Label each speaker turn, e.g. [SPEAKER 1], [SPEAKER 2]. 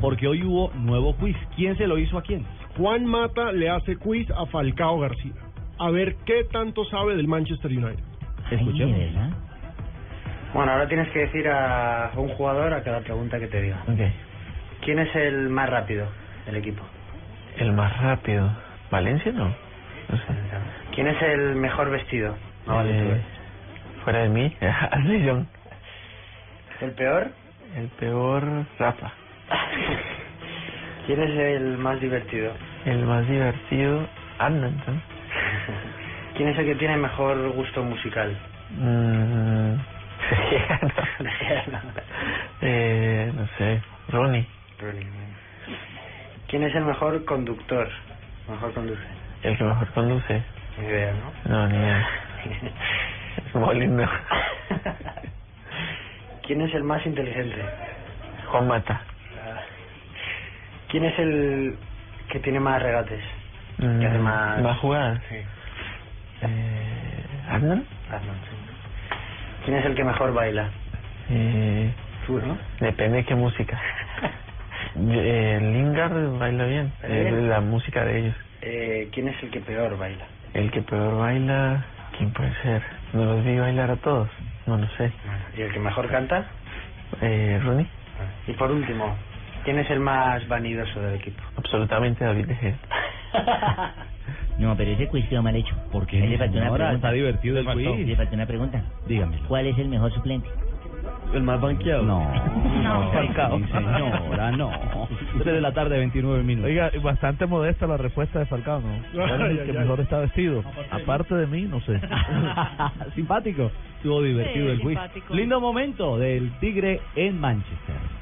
[SPEAKER 1] porque hoy hubo nuevo quiz. ¿Quién se lo hizo a quién?
[SPEAKER 2] Juan Mata le hace quiz a Falcao García. A ver qué tanto sabe del Manchester United.
[SPEAKER 1] Escuchemos.
[SPEAKER 3] Ay, ¿verdad?
[SPEAKER 4] Bueno, ahora tienes que decir a un jugador a cada pregunta que te diga.
[SPEAKER 3] Ok.
[SPEAKER 4] ¿Quién es el más rápido del equipo?
[SPEAKER 5] El más rápido. ¿Valencia no? No sé.
[SPEAKER 4] ¿Quién es el mejor vestido? No, vale, tú
[SPEAKER 5] Eh,
[SPEAKER 4] ves.
[SPEAKER 5] fuera de mí, León.
[SPEAKER 4] ¿El peor?
[SPEAKER 5] El peor, Rafa.
[SPEAKER 4] ¿Quién es el más divertido?
[SPEAKER 5] El más divertido, Arnold.
[SPEAKER 4] ¿Quién es el que tiene mejor gusto musical?
[SPEAKER 5] ¿no? Mm,
[SPEAKER 4] No.
[SPEAKER 5] eh, no sé, Ronnie.
[SPEAKER 4] ¿Quién es el mejor conductor? Mejor conduce.
[SPEAKER 5] El que mejor conduce.
[SPEAKER 4] Ni idea, ¿no?
[SPEAKER 5] No, ni idea. Molino.
[SPEAKER 4] ¿Quién es el más inteligente?
[SPEAKER 5] Juan Mata.
[SPEAKER 4] ¿Quién es el que tiene más regates?
[SPEAKER 5] Mm,
[SPEAKER 4] ¿Qué hace más?
[SPEAKER 5] ¿Más jugadas?
[SPEAKER 4] Sí.
[SPEAKER 5] Eh, ¿Arnold?
[SPEAKER 4] Arnold, sí. ¿Quién es el que mejor baila?
[SPEAKER 5] Eh,
[SPEAKER 4] Tú, ¿no?
[SPEAKER 5] depende de qué música. Eh, Lingard baila bien.
[SPEAKER 4] Baila
[SPEAKER 5] Es
[SPEAKER 4] bien.
[SPEAKER 5] la música de ellos.
[SPEAKER 4] Eh, ¿Quién es el que peor baila?
[SPEAKER 5] El que peor baila, ¿quién puede ser? No los vi bailar a todos. No lo sé.
[SPEAKER 4] ¿Y el que mejor canta?
[SPEAKER 5] Eh, Rooney,
[SPEAKER 4] Y por último, ¿quién es el más vanidoso del equipo?
[SPEAKER 5] absolutamente David De Gea.
[SPEAKER 3] No, pero ese quiz quedó mal hecho.
[SPEAKER 1] ¿Por qué?
[SPEAKER 3] Ahí Le faltó una
[SPEAKER 1] Ahora
[SPEAKER 3] pregunta.
[SPEAKER 1] está divertido el
[SPEAKER 3] Le faltó-
[SPEAKER 1] quiz.
[SPEAKER 3] Le faltó una pregunta.
[SPEAKER 1] Dígamelo.
[SPEAKER 3] ¿Cuál es el mejor suplente?
[SPEAKER 1] ¿El más banqueado? No. No, Falcao. señora, no. 3 de la tarde, 29 minutos.
[SPEAKER 6] Oiga, bastante modesta la respuesta de Falcao, ¿no? ¿Cuál es el que mejor está vestido? Aparte de mí, no sé.
[SPEAKER 1] simpático. Estuvo divertido
[SPEAKER 7] Sí,
[SPEAKER 1] el quiz.
[SPEAKER 7] simpático.
[SPEAKER 1] Lindo momento del Tigre en Manchester.